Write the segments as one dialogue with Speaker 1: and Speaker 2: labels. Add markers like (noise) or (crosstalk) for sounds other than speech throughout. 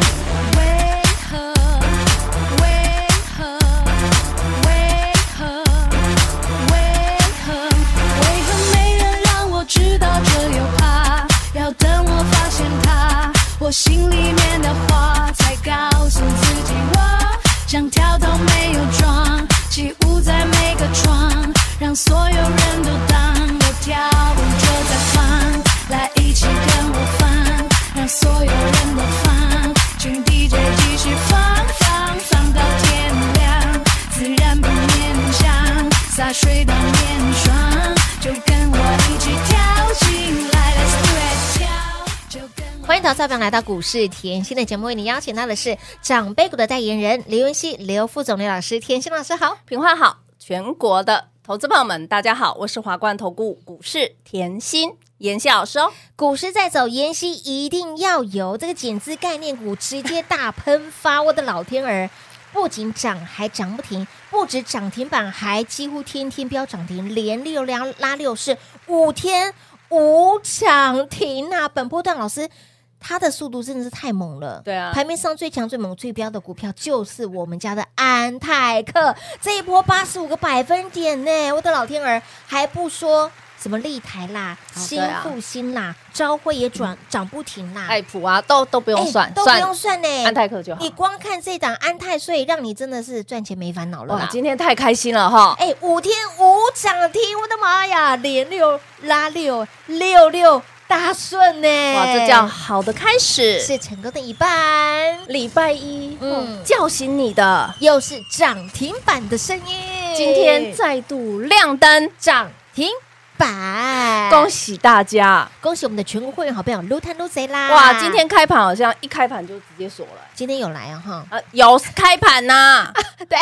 Speaker 1: Wake up, wake up, wake up, wake up，为何没人让我知道这又怕？要等我发现它，我心里面的话才告诉自己我想跳到没有装，起舞在每个窗，让所有人都当我跳舞就在放，来一起跟我放，让所有人都放，请 DJ 继续放放放到天亮，自然不勉强，洒水当面霜，就跟我一起跳起来，Let's do it，跳，就跟我。
Speaker 2: 欢迎投资朋友来到股市甜心的节目，为你邀请到的是长辈股的代言人刘云熙、刘副总、刘老师。甜心老师好，
Speaker 3: 平话好，全国的投资朋友们，大家好，我是华冠投顾股市甜心妍希老师哦。
Speaker 2: 股市在走，妍希一定要有这个减资概念股直接大喷发，我的老天儿！不仅涨还涨不停，不止涨停板，还几乎天天飙涨停，连六拉拉六是五天无涨停呐、本波段老师。他的速度真的是太猛了，
Speaker 3: 对啊
Speaker 2: 排面上最强、最猛、最标的股票就是我们家的安泰克，这一波八十五个百分点呢，我的老天儿，还不说什么立台啦、新
Speaker 3: 对啊
Speaker 2: 复兴啦、朝晖也转涨不停啦，
Speaker 3: 爱普啊，都嗯都不用
Speaker 2: 哎
Speaker 3: 算，
Speaker 2: 都不用算呢、
Speaker 3: 安泰克就好
Speaker 2: 你。光看这档安泰，所以让你真的是赚钱没烦恼了
Speaker 3: 哇，
Speaker 2: 啦。
Speaker 3: 今天太开心了哈！
Speaker 2: 哎，五天五涨停，我的妈呀，连六拉六，六六大顺呢、
Speaker 3: 哇，这叫好的开始。
Speaker 2: 哎是成功的一半，
Speaker 3: 礼拜一，
Speaker 2: 嗯
Speaker 3: 嗯，叫醒你的，
Speaker 2: 又是涨停板的声音。
Speaker 3: 今天再度亮灯涨停，
Speaker 2: 板，
Speaker 3: 恭喜大家！
Speaker 2: 恭喜我们的全国会员好朋友撸贪撸贼啦！
Speaker 3: 哇，今天开盘好像一开盘就直接锁了。
Speaker 2: 今天有来啊哈。
Speaker 3: 啊，有开
Speaker 2: (laughs)
Speaker 3: 盘呐！
Speaker 2: 对，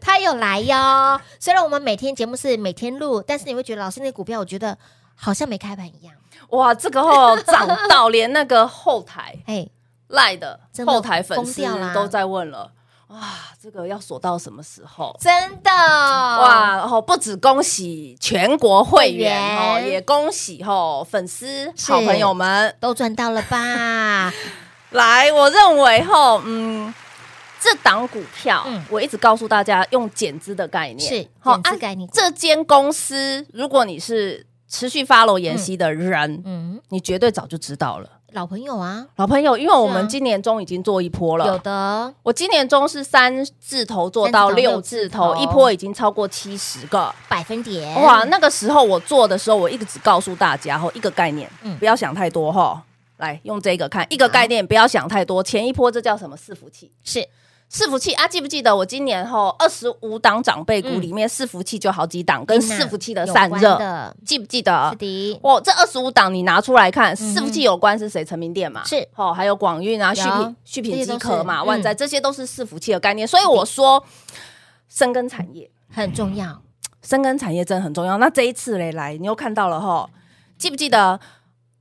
Speaker 2: 他有来哟。虽然我们每天节目是每天录，但是你会觉得老师那股票，我觉得好像没开盘一样。
Speaker 3: 哇，这个哦涨到连那个后台
Speaker 2: 哎，
Speaker 3: 赖的
Speaker 2: 真的
Speaker 3: 后台粉丝
Speaker 2: 疯掉啦
Speaker 3: 都在问了，哇，这个要锁到什么时候？
Speaker 2: 真的哇！
Speaker 3: 哇，然后不止恭喜全国会员
Speaker 2: 会
Speaker 3: 哦，
Speaker 2: 员
Speaker 3: 也恭喜哦粉丝
Speaker 2: 是
Speaker 3: 好朋友们。
Speaker 2: 都赚到了
Speaker 3: (laughs)
Speaker 2: 吧？
Speaker 3: 来，我认为吼，嗯，这档股票，
Speaker 2: 嗯
Speaker 3: 我一直告诉大家用减资的概念
Speaker 2: 是
Speaker 3: 吼
Speaker 2: 减资概念
Speaker 3: 啊这间公司，如果你是持续 follow 妍希的人，
Speaker 2: 嗯，
Speaker 3: 你绝对早就知道了。
Speaker 2: 老朋友啊，
Speaker 3: 老朋友，因为我
Speaker 2: 是啊
Speaker 3: 们今年中已经做一波了，
Speaker 2: 有的
Speaker 3: 我今年中是三字头做到
Speaker 2: 三字头
Speaker 3: 六字头，
Speaker 2: 六字头哦
Speaker 3: 一波已经超过七十个。
Speaker 2: 百分点
Speaker 3: 哇，那个时候我做的时候，我一直告诉大家吼，一个概念，
Speaker 2: 嗯
Speaker 3: 不要想太多哈。来用这个看一个概念，不要想太多。前一波这叫什么伺服器？
Speaker 2: 是
Speaker 3: 伺服器啊，记不记得我今年吼二十五档长辈股
Speaker 2: 嗯
Speaker 3: 里面伺服器就好几档，跟伺服器的散
Speaker 2: 有关
Speaker 3: 热，
Speaker 2: 的，
Speaker 3: 记不记得
Speaker 2: 是？的，
Speaker 3: 哦，这二十五档你拿出来看，
Speaker 2: 嗯哼
Speaker 3: 伺服器有关是谁？成名店嘛，
Speaker 2: 是
Speaker 3: 哦，还有广运啊、
Speaker 2: 有
Speaker 3: 旭品、旭
Speaker 2: 这
Speaker 3: 品
Speaker 2: 些都
Speaker 3: 机
Speaker 2: 是
Speaker 3: 壳嘛、
Speaker 2: 嗯
Speaker 3: 万载，这些都是伺服器的概念。所以我说，深耕产业，
Speaker 2: 很重要。
Speaker 3: 深耕产业真的很重要。那这一次嘞，来，你又看到了哈，记不记得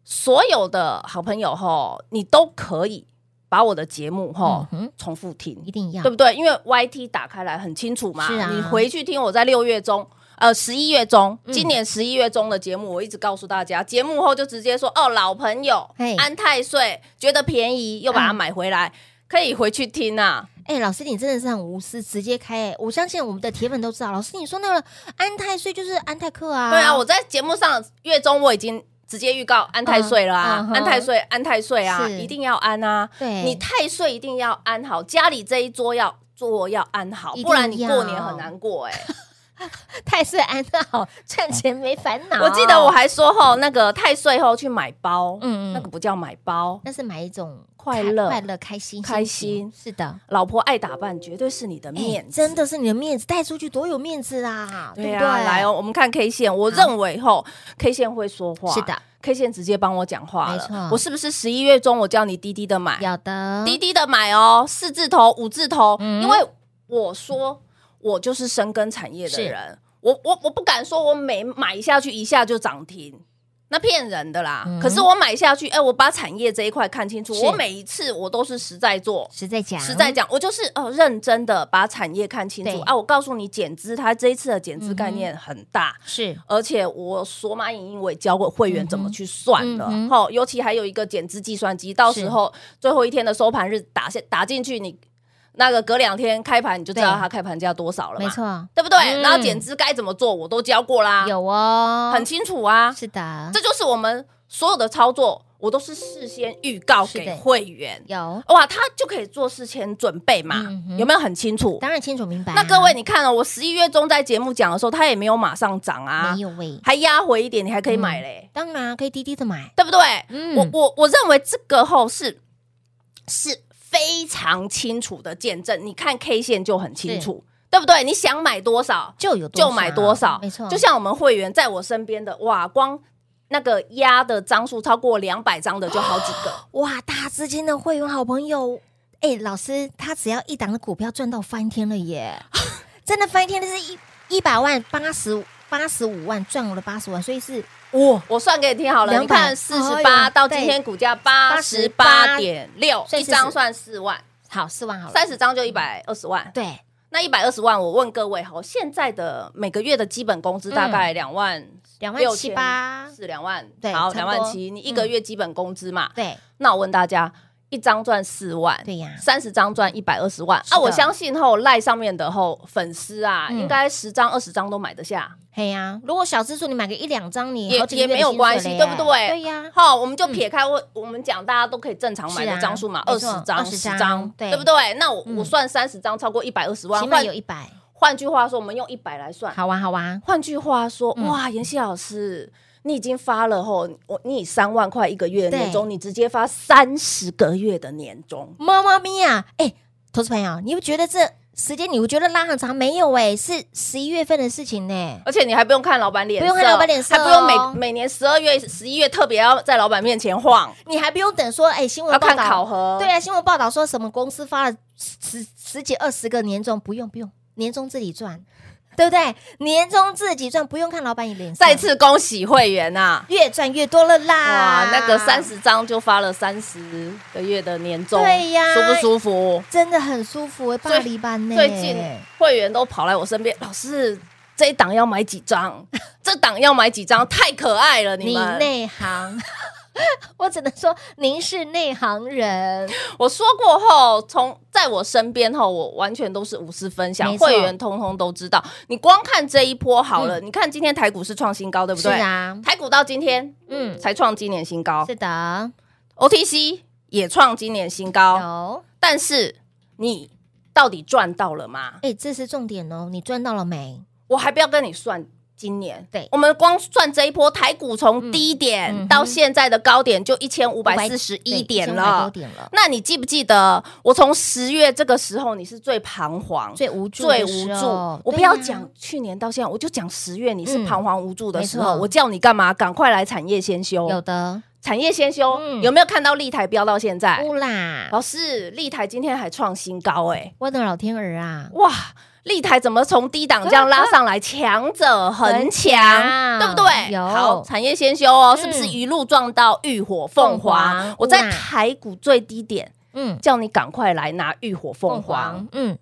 Speaker 3: 所有的好朋友哈，你都可以把我的节目哈、
Speaker 2: 嗯哼
Speaker 3: 重复听，
Speaker 2: 一定要
Speaker 3: 对不对？因为 YT 打开来很清楚嘛，
Speaker 2: 是啊
Speaker 3: 你回去听我在六月中。呃，十一月中，
Speaker 2: 嗯
Speaker 3: 今年十一月中的节目，我一直告诉大家，节目后就直接说，哦，老朋友
Speaker 2: 嘿
Speaker 3: 安太岁觉得便宜，又把它
Speaker 2: 嗯
Speaker 3: 买回来，可以回去听啊。
Speaker 2: 哎、老师，你真的是很无私，直接开、哎，我相信我们的铁粉都知道。老师，你说那个安泰税就是安泰克啊？
Speaker 3: 对啊，我在节目上月中我已经直接预告安太岁了
Speaker 2: 嗯嗯
Speaker 3: 啊，
Speaker 2: 哼
Speaker 3: 安太岁，安太岁啊，
Speaker 2: 是
Speaker 3: 一定要安啊，
Speaker 2: 对
Speaker 3: 你太岁一定要安好，家里这一桌要桌要安好
Speaker 2: 一，定
Speaker 3: 不然你
Speaker 2: 要
Speaker 3: 过年很难过哎、
Speaker 2: 太岁安好，赚钱没烦恼。
Speaker 3: 我记得我还说吼，那个太岁吼去买包，
Speaker 2: 嗯嗯
Speaker 3: 嗯，那个不叫买包，
Speaker 2: 那是买一种
Speaker 3: 快乐
Speaker 2: 快乐、开心、
Speaker 3: 开
Speaker 2: 心情
Speaker 3: 心
Speaker 2: 是的，
Speaker 3: 老婆爱打扮，绝对是你的面
Speaker 2: 哎
Speaker 3: 子，
Speaker 2: 真的是你的面子带出去多有面子啊，
Speaker 3: 对
Speaker 2: 不
Speaker 3: 啊。
Speaker 2: 对？嗯
Speaker 3: 来哦，我们看 K 线，我认为吼 K 线会说话，
Speaker 2: 是的，
Speaker 3: K 线直接帮我讲话
Speaker 2: 没
Speaker 3: 了。
Speaker 2: 错
Speaker 3: 我是不是十一月中我叫你低低的买，
Speaker 2: 有的，
Speaker 3: 低低的买哦，四字头、五字头，
Speaker 2: 嗯
Speaker 3: 因为我说我就是深耕产业的
Speaker 2: 是
Speaker 3: 人，我我我不敢说我每买下去一下就涨停。那骗人的啦！
Speaker 2: 嗯
Speaker 3: 可是我买下去，哎、我把产业这一块看清楚。
Speaker 2: 是
Speaker 3: 我每一次我都是实在做，
Speaker 2: 实在讲，
Speaker 3: 实在讲，我就是哦，呃认真的把产业看清楚
Speaker 2: 对嗯
Speaker 3: 啊！我告诉你，减资它这一次的减资概念很大。
Speaker 2: 是
Speaker 3: 而且我索马影音我也教过会员怎么去算了
Speaker 2: 嗯哼，
Speaker 3: 哈、尤其还有一个减资计算机，到时候最后一天的收盘日打下打进去你，那个隔两天开盘你就知道
Speaker 2: 对
Speaker 3: 它开盘价多少了嘛，
Speaker 2: 没，
Speaker 3: 啊
Speaker 2: 错，
Speaker 3: 对不对？
Speaker 2: 嗯
Speaker 3: 然后减资该怎么做我都教过啦，
Speaker 2: 有哦，
Speaker 3: 很清楚啊，
Speaker 2: 是的，
Speaker 3: 这就是我们所有的操作，我都是事先预告
Speaker 2: 是的
Speaker 3: 给会员，
Speaker 2: 有，
Speaker 3: 哇，他就可以做事前准备嘛，
Speaker 2: 嗯哼
Speaker 3: 有没有很清楚？
Speaker 2: 当然清楚明白啊。
Speaker 3: 那各位，你看哦，我十一月中在节目讲的时候，它也没有马上涨啊
Speaker 2: 没，有喂，
Speaker 3: 还压回一点，你还可以买嘞，
Speaker 2: 当然啊可以低低的买，
Speaker 3: 对不对？
Speaker 2: 嗯
Speaker 3: 我我我认为这个后是是非常清楚的见证，你看 K 线就很清楚，对不对？你想买多少
Speaker 2: 就有
Speaker 3: 就买多少，
Speaker 2: 啊没错，
Speaker 3: 就像我们会员在我身边的，哇，光那个压的张数超过两百张的就好几个。
Speaker 2: 哇，大资金的会员好朋友，哎，老师他只要一档的股票赚到翻天了耶， (laughs) 真的翻天的是一一百万八十八十五万赚了八十万，所以是哇，
Speaker 3: 我算给你听好了，
Speaker 2: 200
Speaker 3: 你看四十
Speaker 2: 哎
Speaker 3: 八
Speaker 2: 呦
Speaker 3: 到今天股价八十八点六，
Speaker 2: 算
Speaker 3: 一
Speaker 2: 40
Speaker 3: 张算四万，
Speaker 2: 好四万好了，
Speaker 3: 三十张就一百二十万。
Speaker 2: 对，
Speaker 3: 那一百二十万，我问各位哈，现在的每个月的基本工资大概两万
Speaker 2: 嗯两万
Speaker 3: 六
Speaker 2: 七
Speaker 3: 千
Speaker 2: 八，
Speaker 3: 是两万，
Speaker 2: 对
Speaker 3: 好，
Speaker 2: 差
Speaker 3: 两
Speaker 2: 不多嗯
Speaker 3: 万七，你一个月基本工资嘛。
Speaker 2: 对
Speaker 3: 那我问大家，一张赚四万，
Speaker 2: 对呀
Speaker 3: 三十张赚一百二十万
Speaker 2: 是的
Speaker 3: 啊！我相信后赖上面的后粉丝啊，
Speaker 2: 嗯
Speaker 3: 应该十张二十张都买得下。
Speaker 2: 嘿呀、如果小资助你买个一两张，你
Speaker 3: 也
Speaker 2: 好几个月的
Speaker 3: 也没有
Speaker 2: 薪水
Speaker 3: 关系
Speaker 2: 嘞
Speaker 3: 对不对
Speaker 2: 对呀、
Speaker 3: 好，我们就撇开我我们讲，大家都可以正常
Speaker 2: 嗯
Speaker 3: 买
Speaker 2: 是
Speaker 3: 的
Speaker 2: 啊
Speaker 3: 张数嘛，
Speaker 2: 没
Speaker 3: 二
Speaker 2: 错
Speaker 3: 十张、
Speaker 2: 20
Speaker 3: 十
Speaker 2: 张
Speaker 3: 张，
Speaker 2: 对
Speaker 3: 对不对？那我
Speaker 2: 嗯
Speaker 3: 我算三十张，超过一百二十万
Speaker 2: 起。码
Speaker 3: 换
Speaker 2: 有一百，
Speaker 3: 换句话说，我们用一百来算。
Speaker 2: 好啊玩好玩，
Speaker 3: 换句话说，
Speaker 2: 嗯
Speaker 3: 哇，妍希老师，你已经发了吼，我你以三万块一个月的年终，你直接发三十个月的年终，
Speaker 2: 妈妈咪呀、哎、投资朋友，你会觉得这时间你会觉得拉很长？没有哎、是十一月份的事情呢、
Speaker 3: 而且你还不用看老板脸色，
Speaker 2: 不用看老板脸色
Speaker 3: 还不用
Speaker 2: 哦
Speaker 3: 每每年十二月、十一月特别要在老板面前晃，
Speaker 2: 你还不用等说，哎、新闻
Speaker 3: 要
Speaker 2: 报
Speaker 3: 看考
Speaker 2: 道，
Speaker 3: 核，
Speaker 2: 对啊，新闻报道说什么公司发了十十几二十个年终，不用不用，年终自己赚，对不对？年终自己赚，不用看老板脸色，
Speaker 3: 再次恭喜会员啊！
Speaker 2: 越赚越多了啦
Speaker 3: 哇，！那个三十张就发了三十个月的年终，
Speaker 2: 对呀
Speaker 3: 舒不舒服？
Speaker 2: 真的很舒服哎、巴黎班呢、
Speaker 3: 最近会员都跑来我身边，老师这一档要买几
Speaker 2: (laughs)
Speaker 3: 张？这档要买几张？太可爱了，你
Speaker 2: 你
Speaker 3: 们！
Speaker 2: 内行， (laughs) 我只能说您是内行人，
Speaker 3: 我说过后，从在我身边后，我完全都是无私分享
Speaker 2: 没，错嗯
Speaker 3: 会员通通都知道。你光看这一波好了，你看今天台股是创新高， (laughs) 对不
Speaker 2: 是
Speaker 3: 对？
Speaker 2: 啊，
Speaker 3: 台股到今天
Speaker 2: 嗯，
Speaker 3: 才创今年新高
Speaker 2: 是的，
Speaker 3: ，OTC 也创今年新高，
Speaker 2: 有，
Speaker 3: 但是你到底赚到了吗？
Speaker 2: 哎，这是重点哦，你赚到了没？
Speaker 3: 我还不要跟你算今年，
Speaker 2: 对嗯
Speaker 3: 我们光算这一波台股从低点到现在的高点就一千五百四十一点
Speaker 2: 500多
Speaker 3: 了。
Speaker 2: 点了，
Speaker 3: 那你记不记得我从十月这个时候你是最彷徨、
Speaker 2: 最无助的
Speaker 3: 最无
Speaker 2: 时
Speaker 3: 助
Speaker 2: 候？
Speaker 3: 我不
Speaker 2: 对啊
Speaker 3: 要
Speaker 2: 呀
Speaker 3: 讲去年到现在，我就讲十月你是
Speaker 2: 嗯
Speaker 3: 彷徨无助的时候，
Speaker 2: 没错
Speaker 3: 我叫你干嘛？赶快来产业先
Speaker 2: 有
Speaker 3: 修，
Speaker 2: 的
Speaker 3: 产业先修、
Speaker 2: 嗯哦
Speaker 3: 有没有看到立台飙到现在？
Speaker 2: 乌啦，
Speaker 3: 老师，立台今天还创新高哎、
Speaker 2: 我的老天儿啊，
Speaker 3: 哇，立台怎么从低档这样拉上来？强者恒强，
Speaker 2: 强
Speaker 3: 对不对？
Speaker 2: 有
Speaker 3: 好，产业先修哦，
Speaker 2: 嗯
Speaker 3: 是不是一路撞到浴火凤
Speaker 2: 凤
Speaker 3: 凰
Speaker 2: 凰？
Speaker 3: 我在
Speaker 2: 哇
Speaker 3: 台股最低点，
Speaker 2: 嗯，
Speaker 3: 叫你赶快来拿浴火凤凰。，
Speaker 2: 嗯，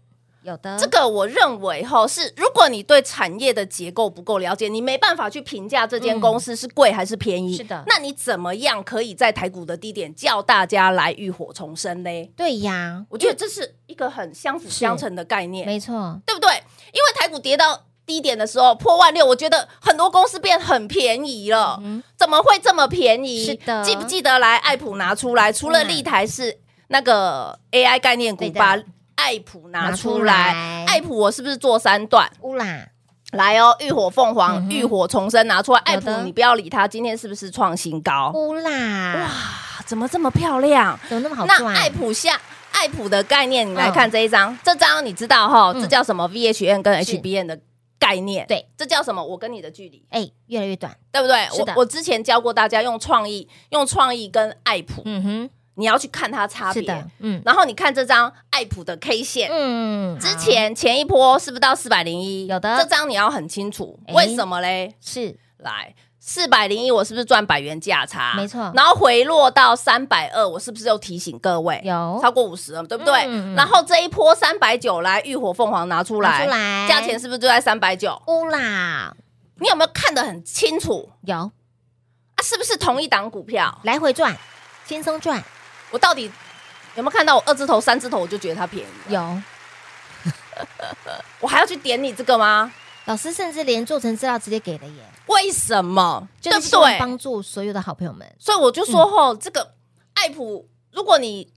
Speaker 2: 有的，
Speaker 3: 这个我认为哈是，如果你对产业的结构不够了解，你没办法去评价这间
Speaker 2: 嗯
Speaker 3: 公司是贵还是便宜。
Speaker 2: 是的
Speaker 3: 那你怎么样可以在台股的低点叫大家来浴火重生嘞？
Speaker 2: 对呀，
Speaker 3: 我觉得这是一个很相辅相成的概念。
Speaker 2: 没错，
Speaker 3: 对不对？因为台股跌到低点的时候破万六，我觉得很多公司变很便宜了，
Speaker 2: 嗯，
Speaker 3: 怎么会这么便宜？
Speaker 2: 是的嗯
Speaker 3: 记不记得来爱普拿出来？除了立台是那个 AI 概念股，
Speaker 2: 对的
Speaker 3: 把爱普拿
Speaker 2: 拿出
Speaker 3: 出来，
Speaker 2: 来
Speaker 3: 爱普我是不是做三段？
Speaker 2: 乌啦，
Speaker 3: 来哦，浴火凤凰，
Speaker 2: 嗯哼
Speaker 3: 浴火重生拿出来，爱
Speaker 2: 有
Speaker 3: 普
Speaker 2: 的
Speaker 3: 你不要理它，今天是不是创新高？
Speaker 2: 乌啦，
Speaker 3: 啊怎么这么漂亮？
Speaker 2: 怎么那么好
Speaker 3: 那爱
Speaker 2: 赚？啊
Speaker 3: 普下爱普的概念，你来
Speaker 2: 嗯
Speaker 3: 看这一张，这张你知道哈，
Speaker 2: 嗯
Speaker 3: 这叫什么 VHN 跟
Speaker 2: 是
Speaker 3: HBN 的概念。
Speaker 2: 对，
Speaker 3: 这叫什么？我跟你的距离，
Speaker 2: 哎，越来越短，
Speaker 3: 对不对？
Speaker 2: 是的
Speaker 3: 我我之前教过大家用创意，用创意跟爱普，
Speaker 2: 嗯哼，
Speaker 3: 你要去看它差
Speaker 2: 是
Speaker 3: 别。
Speaker 2: 的，嗯
Speaker 3: 然后你看这张爱普的 K 线，
Speaker 2: 嗯，
Speaker 3: 之前前一波是不是到四百零一？
Speaker 2: 有的
Speaker 3: 这张你要很清楚，
Speaker 2: 哎
Speaker 3: 为什么嘞？
Speaker 2: 是
Speaker 3: 来。四百零一，我是不是赚百元价差？
Speaker 2: 没错
Speaker 3: 然后回落到三百二，我是不是又提醒各位？
Speaker 2: 有
Speaker 3: 超过五十了，对不对？
Speaker 2: 嗯嗯
Speaker 3: 然后这一波三百九来，浴火凤凰拿出来，
Speaker 2: 拿出来
Speaker 3: 价钱是不是就在三百九？
Speaker 2: 乌啦，
Speaker 3: 你有没有看得很清楚
Speaker 2: 有
Speaker 3: 啊？是不是同一档股票？
Speaker 2: 来回转，轻松转，
Speaker 3: 我到底有没有看到我二字头、三字头，我就觉得它便宜？
Speaker 2: 有
Speaker 3: 我还要去点你这个吗？
Speaker 2: 老师甚至连做成资料直接给了耶，
Speaker 3: 为什么？
Speaker 2: 就
Speaker 3: 对
Speaker 2: 是
Speaker 3: 不
Speaker 2: 希望
Speaker 3: 对？
Speaker 2: 帮助所有的好朋友们，
Speaker 3: 所以我就说
Speaker 2: 嗯
Speaker 3: 吼，这个爱普，如果你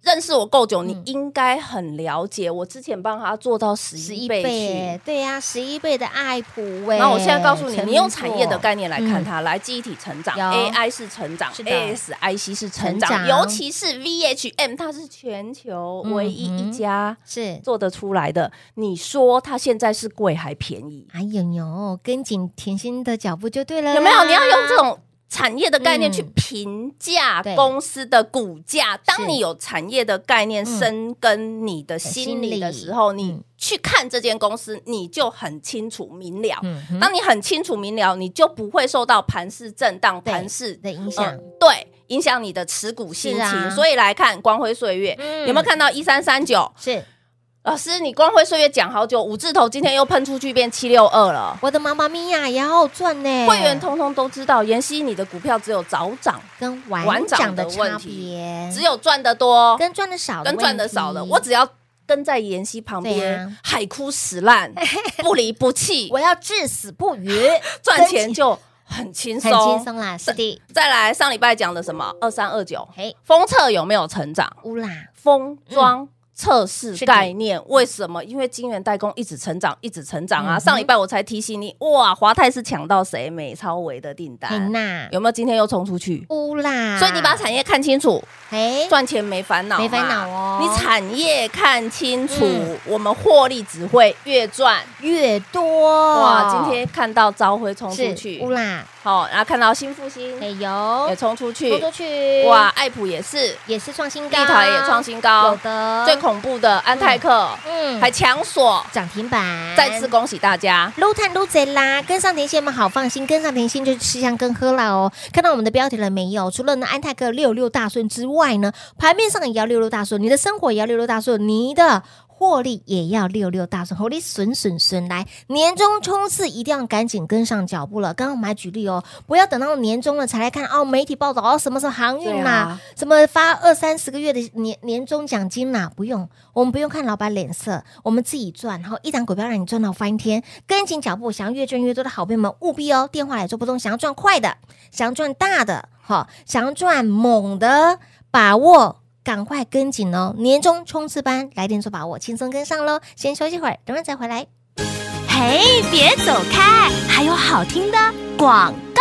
Speaker 3: 认识我够久，
Speaker 2: 嗯
Speaker 3: 你应该很了解。我之前帮他做到十
Speaker 2: 十
Speaker 3: 一
Speaker 2: 一
Speaker 3: 倍
Speaker 2: 倍
Speaker 3: 去。，
Speaker 2: 对呀，十一倍的爱普喂，
Speaker 3: 然后我现在告诉你，
Speaker 2: 成
Speaker 3: 你用
Speaker 2: 名
Speaker 3: 产业的
Speaker 2: 作
Speaker 3: 概念来看
Speaker 2: 嗯
Speaker 3: 它，来记忆体成长
Speaker 2: 有
Speaker 3: ，AI 是成长
Speaker 2: 是的
Speaker 3: ，ASIC 是成
Speaker 2: 成
Speaker 3: 长，
Speaker 2: 长
Speaker 3: 尤其是 VHM，它是全球唯一
Speaker 2: 嗯哼
Speaker 3: 一家
Speaker 2: 是
Speaker 3: 做得出来的。你说它现在是贵还便宜？
Speaker 2: 哎呦呦，跟紧甜心的脚步就对了啦。
Speaker 3: 有没有？你要用这种产业的概念去
Speaker 2: 啊嗯
Speaker 3: 评价
Speaker 2: 对
Speaker 3: 公司的股价。
Speaker 2: 是
Speaker 3: 当你有产业的概念
Speaker 2: 嗯
Speaker 3: 深耕你的心
Speaker 2: 心里
Speaker 3: 里的时候，你
Speaker 2: 嗯
Speaker 3: 去看这间公司，你就很清楚明了。
Speaker 2: 嗯哼
Speaker 3: 当你很清楚明了，你就不会受到盘势震荡、
Speaker 2: 对
Speaker 3: 盘势
Speaker 2: 的影
Speaker 3: 影
Speaker 2: 响，
Speaker 3: 对影响你的持股心
Speaker 2: 是啊
Speaker 3: 情。所以来看光辉岁月，
Speaker 2: 嗯
Speaker 3: 有没有看到一三三九？
Speaker 2: 是
Speaker 3: 老师，你光辉岁月讲好久，五字头今天又喷出去变七六二了。
Speaker 2: 我的妈妈咪呀，也要赚呢。
Speaker 3: 会员通通都知道，妍希你的股票只有早涨，
Speaker 2: 跟
Speaker 3: 完
Speaker 2: 完
Speaker 3: 涨
Speaker 2: 涨的
Speaker 3: 的
Speaker 2: 差
Speaker 3: 问题
Speaker 2: 别，
Speaker 3: 只有赚的多，
Speaker 2: 嗯跟赚的少，
Speaker 3: 跟赚的少的，我只要跟在妍希旁
Speaker 2: 对
Speaker 3: 边
Speaker 2: 啊，
Speaker 3: 海枯石烂，不离不弃，
Speaker 2: 我，要至死不渝
Speaker 3: (laughs) 赚钱就很轻
Speaker 2: 很轻
Speaker 3: 松。
Speaker 2: 松啦，是的，
Speaker 3: 再来，上礼拜讲的什么二三二九
Speaker 2: 嘿，
Speaker 3: 封测有没有成长？
Speaker 2: 乌啦，
Speaker 3: 封
Speaker 2: 嗯
Speaker 3: 装测试
Speaker 2: 是的
Speaker 3: 概念为什么？因为晶圆代工一直成长，一直成长
Speaker 2: 嗯
Speaker 3: 啊！
Speaker 2: 哼
Speaker 3: 上礼拜我才提醒你，哇，华泰是抢到谁美超维的订
Speaker 2: 嘿
Speaker 3: 单，
Speaker 2: 呐，
Speaker 3: 有没有？今天又冲出去，
Speaker 2: 乌啦，
Speaker 3: 所以你把产业看清楚，
Speaker 2: 哎
Speaker 3: 赚钱没烦恼嘛，
Speaker 2: 没烦恼哦
Speaker 3: 你产业看清楚，
Speaker 2: 嗯
Speaker 3: 我们获利只会越赚。
Speaker 2: 越多
Speaker 3: 哇，今天看到朝晖冲出
Speaker 2: 是
Speaker 3: 去
Speaker 2: 乌，啦，
Speaker 3: 好、然后看到新复兴
Speaker 2: 哎
Speaker 3: 也
Speaker 2: 呦，
Speaker 3: 冲出去
Speaker 2: 多，多去
Speaker 3: 哇，，爱普也是，
Speaker 2: 也是创新
Speaker 3: 立
Speaker 2: 高，
Speaker 3: 台也创新
Speaker 2: 有
Speaker 3: 高，
Speaker 2: 的
Speaker 3: 最恐怖的安泰克、
Speaker 2: 嗯
Speaker 3: 还强锁，
Speaker 2: 涨停板，
Speaker 3: 再次恭喜大家。
Speaker 2: 撸探撸贼啦，跟上甜心我们好放心，跟上甜心就是吃香跟喝辣哦。看到我们的标题了没有？除了呢安泰克六六大顺之外呢，盘面上也要六六大顺，你的生活也要六六大顺，你的。获利也要六六大顺，获利损损损来，年终冲刺一定要赶紧跟上脚步了。刚刚我们还举例哦，不要等到年终了才来看哦，媒体报道哦，什么什么航运呐、
Speaker 3: 对啊
Speaker 2: 什么发二三十个月的年年终奖金呐、不用，我们不用看老板脸色，我们自己赚，然后一档股票让你赚到翻天，跟紧脚步，想要越赚越多的好朋友们，务必哦，电话来做不通，想要赚快的，想要赚大的，哈、想要赚猛的，把握。赶快跟紧哦！年终冲刺班来电做把握，轻松跟上喽。先休息会儿，等会儿再回来。
Speaker 4: 嘿，别走开，还有好听的广告。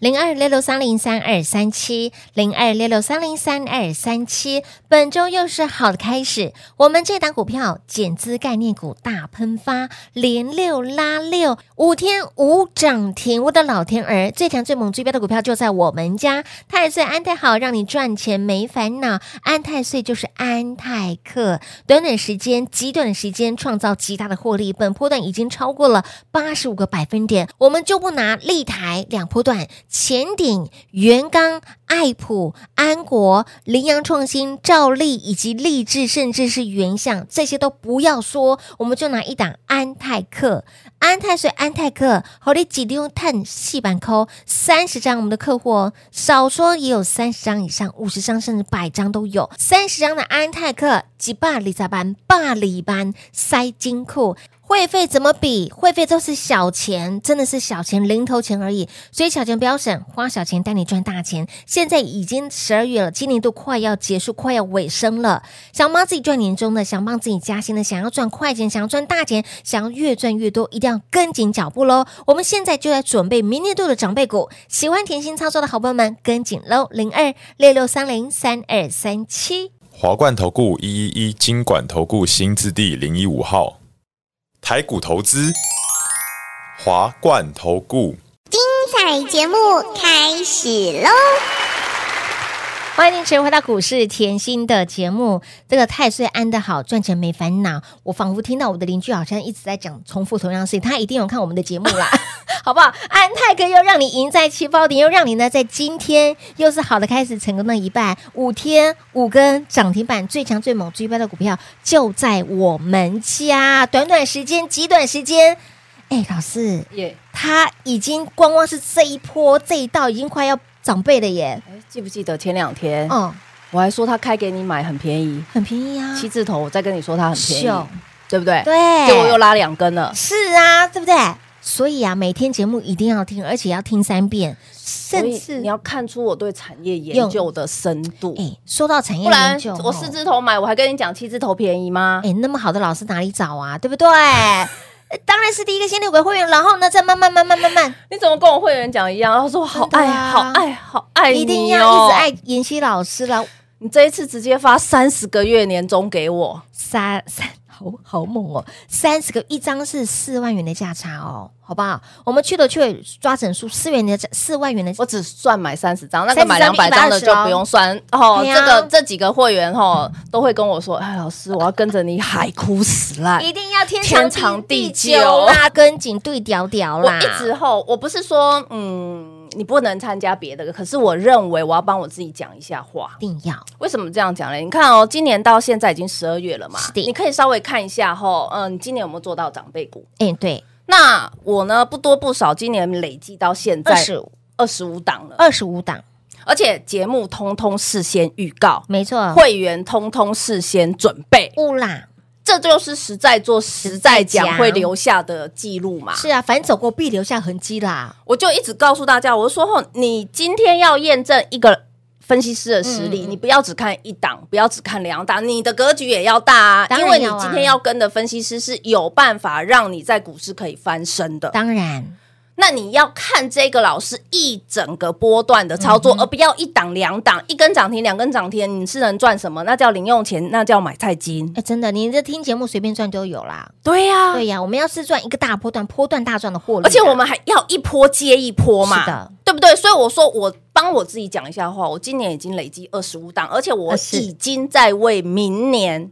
Speaker 2: 零二六六三零三二三七，零二六六三零三二三七。本周又是好的开始，我们这档股票减资概念股大喷发，连六拉六，五天无涨停。我的老天儿，最强最猛最标的股票就在我们家。太岁安泰好，让你赚钱没烦恼。安泰岁就是安泰克，短短时间，极短的时间创造极大的获利。本波段已经超过了八十五个百分点，我们就不拿立台两波段、前顶、元刚、爱普、安国、羚羊创新、兆利以及励志，甚至是原相，这些都不要说，我们就拿一档安泰克。安泰水、安泰克，好你几用碳细板扣三十张，我们的客户哦，少说也有三十张以上，五十张甚至百张都有。三十张的安泰克，几霸里咋班，霸里班塞金库。会费怎么比？会费都是小钱，真的是小钱，零头钱而已。所以小钱不要省，花小钱带你赚大钱。现在已经十二月了，今年度快要结束，快要尾声了。想帮自己赚年终的，想帮自己加薪的，想要赚快钱，想要赚大钱，想要越赚越多，一定要跟紧脚步喽！我们现在就在准备明年度的长辈股，喜欢甜心操作的好朋友们，跟紧喽！零二六六三零三二三七。
Speaker 5: 华冠投顾一一一金管投顾新字第零一五号，台股投资，华冠投顾。
Speaker 6: 彩节目开始喽！
Speaker 2: 欢迎您持续回到股市甜心的节目。这个太岁安得好，赚钱没烦恼。我仿佛听到我的邻居好像一直在讲重复同样的事情，他一定有看我们的节目啦， (laughs) 好不好？安泰哥又让你赢在起跑点，又让你呢在今天又是好的开始，成功的一半，五天五根涨停板，最强最猛最标的股票就在我们家，短短时间，极短时间。哎，老师，
Speaker 3: 耶、
Speaker 2: 他已经光光是这一波这一道已经快要长辈了耶，
Speaker 3: 哎记不记得前两天、
Speaker 2: 哦，
Speaker 3: 我还说他开给你买很便宜，
Speaker 2: 很便宜啊，
Speaker 3: 七字头，我再跟你说它很便
Speaker 2: 是哦
Speaker 3: 宜，对不嗯对？
Speaker 2: 对，
Speaker 3: 结果又拉两根了。
Speaker 2: 是啊，对不对？所以啊，每天节目一定要听，而且要听三遍，
Speaker 3: 所
Speaker 2: 甚
Speaker 3: 以
Speaker 2: 至
Speaker 3: 你要看出我对产业研究的深度，
Speaker 2: 哎，说到产业
Speaker 3: 不然
Speaker 2: 研究，
Speaker 3: 我四字头买，我还跟你讲七字头便宜吗？
Speaker 2: 哎，那么好的老师哪里找啊？对不对？
Speaker 3: (laughs)
Speaker 2: 呃当然是第一个先留给会员，然后呢，再慢慢慢慢慢慢，
Speaker 3: 你怎么跟我会员讲一样？他说好
Speaker 2: 真
Speaker 3: 爱，
Speaker 2: 的啊
Speaker 3: 好爱，好爱你、哦，
Speaker 2: 一定要一直。爱妍希老师啦。
Speaker 3: 你这一次直接发三十个月年终给我，
Speaker 2: 三 (laughs) 三好好猛哦，三十个一张是四万元的价差哦，好不好？我们去了去了抓整数四元的价，四万元的
Speaker 3: 我只算买三十张，那个买两
Speaker 2: 30张
Speaker 3: 百张的就
Speaker 2: 120
Speaker 3: 不用算。哦，
Speaker 2: 对啊
Speaker 3: 这个这几个会员哦都会跟我说，哎，老师，我要跟着你海枯石烂。
Speaker 2: 一定要天
Speaker 3: 天
Speaker 2: 长
Speaker 3: 长
Speaker 2: 地
Speaker 3: 地
Speaker 2: 久啦，跟紧对调调
Speaker 3: 哦我
Speaker 2: 啦，
Speaker 3: 一直吼，我不是说嗯，你不能参加别的，可是我认为我要帮我自己讲一下话
Speaker 2: 一。定要
Speaker 3: 为什么这样讲嘞？你看哦，今年到现在已经十二月了嘛
Speaker 2: 是，的
Speaker 3: 你可以稍微看一下吼，嗯，你今年有没有做到长辈股？
Speaker 2: 哎、对，
Speaker 3: 那我呢，不多不少，今年累计到现在
Speaker 2: 二十
Speaker 3: 二十五档了，
Speaker 2: 二十五档，
Speaker 3: 而且节目通通事先预告，
Speaker 2: 没错，
Speaker 3: 会员通通事先准备，
Speaker 2: 误啦，
Speaker 3: 这就是实在做实在讲会留下的记录嘛。
Speaker 2: 是啊，反正走过必留下痕迹啦，
Speaker 3: 我就一直告诉大家，我就说吼，你今天要验证一个分析师的实力，
Speaker 2: 嗯嗯
Speaker 3: 你不要只看一档，不要只看两档，你的格局也要大啊，
Speaker 2: 当
Speaker 3: 因
Speaker 2: 然
Speaker 3: 为你
Speaker 2: 要啊
Speaker 3: 今天要跟的分析师是有办法让你在股市可以翻身的。
Speaker 2: 当然
Speaker 3: 那你要看这个老师一整个波段的操
Speaker 2: 嗯
Speaker 3: 作，而不要一档两档，一根涨停两根涨停，你是能赚什么？那叫零用钱，那叫买菜金
Speaker 2: 哎、。真的，你这听节目随便赚都有啦，
Speaker 3: 对呀、
Speaker 2: 对呀、啊我们要是赚一个大波段，波段大赚的获利啦，
Speaker 3: 啊而且我们还要一波接一波嘛，
Speaker 2: 是的
Speaker 3: 对不对？所以我说，我帮我自己讲一下话，我今年已经累积二十五档，而且我
Speaker 2: 啊是
Speaker 3: 已经在为明年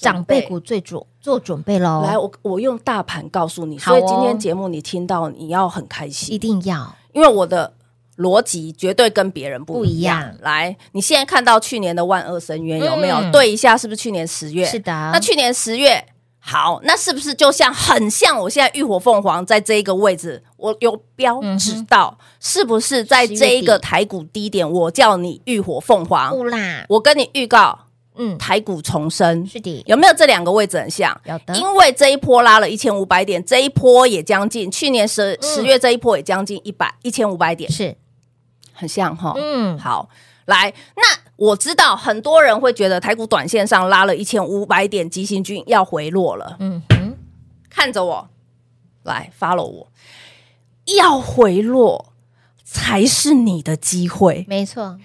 Speaker 2: 长辈股最准做准备喽，
Speaker 3: 来，我我用大盘告诉你，
Speaker 2: 好哦
Speaker 3: 所以今天节目你听到你要很开
Speaker 2: 一
Speaker 3: 心，
Speaker 2: 定要
Speaker 3: 因为我的逻辑绝对跟别人不一样。
Speaker 2: 不一样
Speaker 3: 来，你现在看到去年的万恶深渊有没有？
Speaker 2: 嗯
Speaker 3: 对一下，是不是去年十月？
Speaker 2: 是的
Speaker 3: 那去年十月。好，那是不是就像很像我现在浴火凤凰在这一个位置，我有标
Speaker 2: 嗯哼
Speaker 3: 指到、是不是在这一个台股低点，我叫你浴火凤凰，
Speaker 2: 误啦，
Speaker 3: 我跟你预告
Speaker 2: 嗯，
Speaker 3: 台股重生，
Speaker 2: 是的，
Speaker 3: 有没有这两个位置很像？
Speaker 2: 有的
Speaker 3: 因为这一波拉了一千五百点，这一波也将近去年
Speaker 2: 嗯
Speaker 3: 十十月这一波也将近一百一千五百点，
Speaker 2: 是，
Speaker 3: 很像哈。
Speaker 2: 嗯，
Speaker 3: 好，来，那我知道很多人会觉得台股短线上拉了一千五百点，急行军要回落了，
Speaker 2: 嗯哼，
Speaker 3: 看着我，来 follow 我，要回落才是你的机会，
Speaker 2: 没错，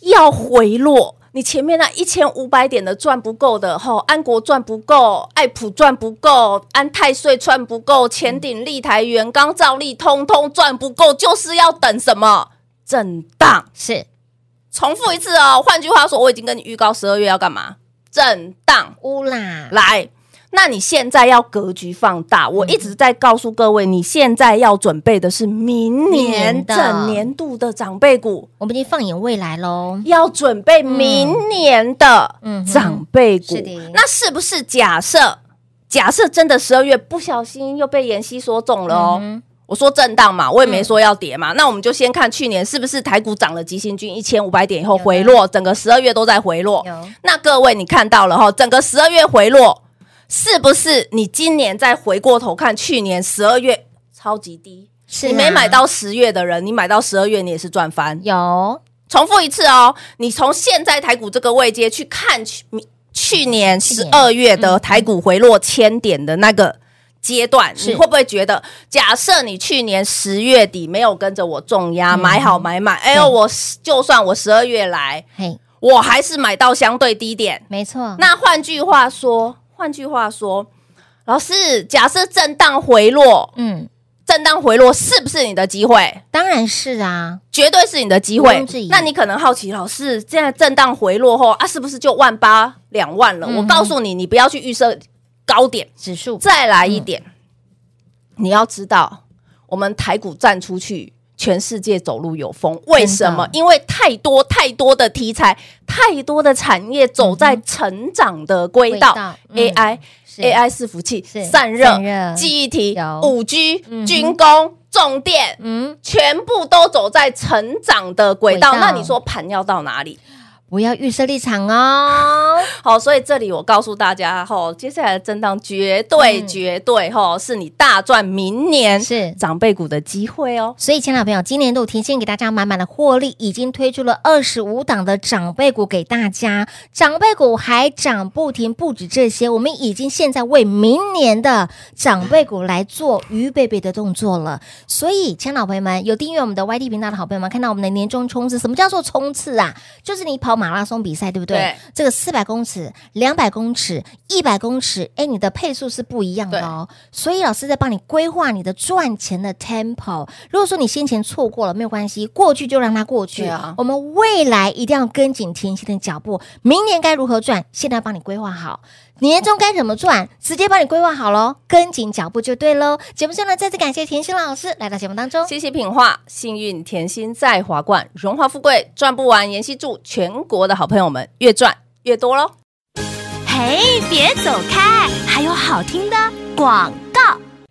Speaker 3: 要回落。你前面那一千五百点的赚不够的，吼，安国赚不够，爱普赚不够，安泰税赚不够，前鼎、立台、元刚、兆利，通通赚不够，就是要等什么震荡。
Speaker 2: 是
Speaker 3: 重复一次哦。换句话说，我已经跟你预告十二月要干嘛，震荡
Speaker 2: 误啦，
Speaker 3: 来。那你现在要格局放大，我一直在告诉各位，你现在要准备的是明
Speaker 2: 明年
Speaker 3: 年
Speaker 2: 的
Speaker 3: 整年度的长辈股，
Speaker 2: 我们已经放眼未来喽，
Speaker 3: 要准备明年的
Speaker 2: 嗯哼
Speaker 3: 长辈股。
Speaker 2: 是的
Speaker 3: 那是不是假设？假设真的十二月不小心又被妍希说中了哦。
Speaker 2: 嗯
Speaker 3: 我说震荡嘛，我也没说要跌嘛。那我们就先看去年是不是台股涨了急行军一千五百点以后回落，整个十二月都在回落。
Speaker 2: 有
Speaker 3: 那各位你看到了哈，整个十二月回落，是不是你今年再回过头看去年十二月超级低？
Speaker 2: 是啊
Speaker 3: 你没买到十月的人，你买到十二月你也是赚翻。
Speaker 2: 有，
Speaker 3: 重复一次哦，你从现在台股这个位阶去看去去年十二月的台股回落千点的那个阶段，
Speaker 2: 是
Speaker 3: 你会不会觉得，假设你去年十月底没有跟着我重压、买好买满，哎呦，
Speaker 2: 对
Speaker 3: 我就算我十二月来，
Speaker 2: 嘿，
Speaker 3: 我还是买到相对低点。
Speaker 2: 没错，
Speaker 3: 那换句话说，换句话说，老师，假设震荡回落，
Speaker 2: 嗯，
Speaker 3: 震荡回落是不是你的机会？
Speaker 2: 当然是啊，
Speaker 3: 绝对是你的机
Speaker 2: 毋
Speaker 3: 会
Speaker 2: 庸置疑。
Speaker 3: 那你可能好奇，老师现在震荡回落后啊，是不是就万八两万了？
Speaker 2: 嗯
Speaker 3: 我告诉你，你不要去预设高点。
Speaker 2: 指数
Speaker 3: 再来一点，你要知道，我们台股站出去，全世界走路有风。为什么？因为太多太多的题材，太多的产业走在成长的轨道。
Speaker 2: 轨道嗯
Speaker 3: AI、
Speaker 2: 是
Speaker 3: AI 伺服器、
Speaker 2: 是
Speaker 3: 散热
Speaker 2: 散热、
Speaker 3: 记忆体
Speaker 2: 有、
Speaker 3: 五 G
Speaker 2: 嗯哼、
Speaker 3: 军工、重电，
Speaker 2: 嗯，
Speaker 3: 全部都走在成长的轨道。
Speaker 2: 轨道
Speaker 3: 那你说盘要到哪里？
Speaker 2: 不要预设立场哦，
Speaker 3: 好，所以这里我告诉大家，吼，接下来的震荡绝对、
Speaker 2: 嗯
Speaker 3: 绝对，吼，是你大赚明
Speaker 2: (laughs)
Speaker 3: 年
Speaker 2: 是
Speaker 3: 长辈股的机会哦。
Speaker 2: 所以，亲爱的朋友，今年度提前给大家满满的获利，已经推出了二十五档的长辈股给大家，长辈股还涨不停，不止这些，我们已经现在为明年的长辈股来做预备备的动作了。所以，亲爱的老朋友们，有订阅我们的 YT 频道的好朋友们，看到我们的年终冲刺，什么叫做冲刺啊？就是你跑马拉松比赛，对不对？
Speaker 3: 对
Speaker 2: 这个四百公尺、两百公尺、一百公尺，哎，你的配速是不一样的哦。所以老师在帮你规划你的赚钱的 tempo。如果说你先前错过了，没有关系，过去就让它过去。
Speaker 3: 对啊
Speaker 2: 我们未来一定要跟紧甜心的脚步，明年该如何赚，现在帮你规划好。年终该怎么赚，直接帮你规划好喽，跟紧脚步就对喽。节目最后呢，再次感谢甜心老师来到节目当中。
Speaker 3: 谢谢品画，幸运甜心在华冠，荣华富贵赚不完。妍希祝全国的好朋友们越赚越多喽！
Speaker 4: 嘿，别走开，还有好听的广告。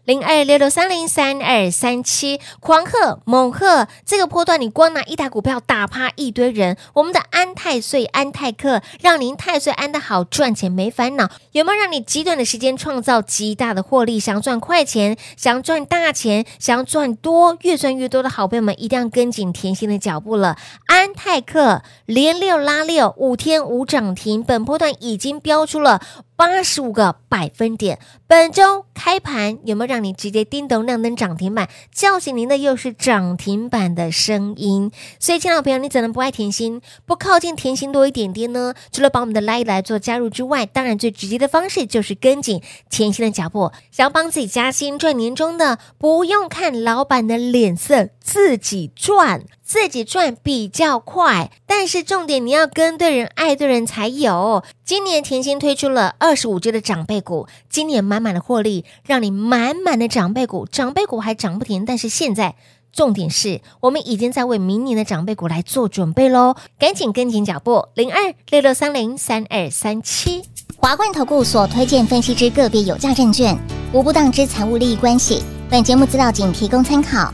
Speaker 2: 零二六六三零三二三七，狂贺猛贺！这个波段你光拿一台股票打趴一堆人。我们的安泰岁安泰克，让您太岁安得好，赚钱没烦恼。有没有让你极短的时间创造极大的获利？想赚快钱，想赚大钱，想赚多，越赚越多的好朋友们，一定要跟紧甜心的脚步了。安泰克连六拉六，五天无涨停，本波段已经标出了八十五个百分点。本周开盘有没有让你直接叮咚亮灯涨停板？叫醒您的又是涨停板的声音。所以，亲爱的朋友，你怎能不爱甜心，不靠近甜心多一点点呢？除了把我们的 Line 来做加入之外，当然最直接的方式就是跟紧甜心的脚步。想要帮自己加薪赚年终的，不用看老板的脸色，自己赚。自己赚比较快，但是重点你要跟对人、爱对人才有。今年甜心推出了二十五只的长辈股，今年满满的获利，让你满满的长辈股，长辈股还涨不停，但是现在。重点是我们已经在为明年的长辈股来做准备喽，赶紧跟紧脚步，零二六六三零三二三七。
Speaker 6: 华冠投顾所推荐分析之个别有价证券，无不当之财务利益关系。本节目资料仅提供参考，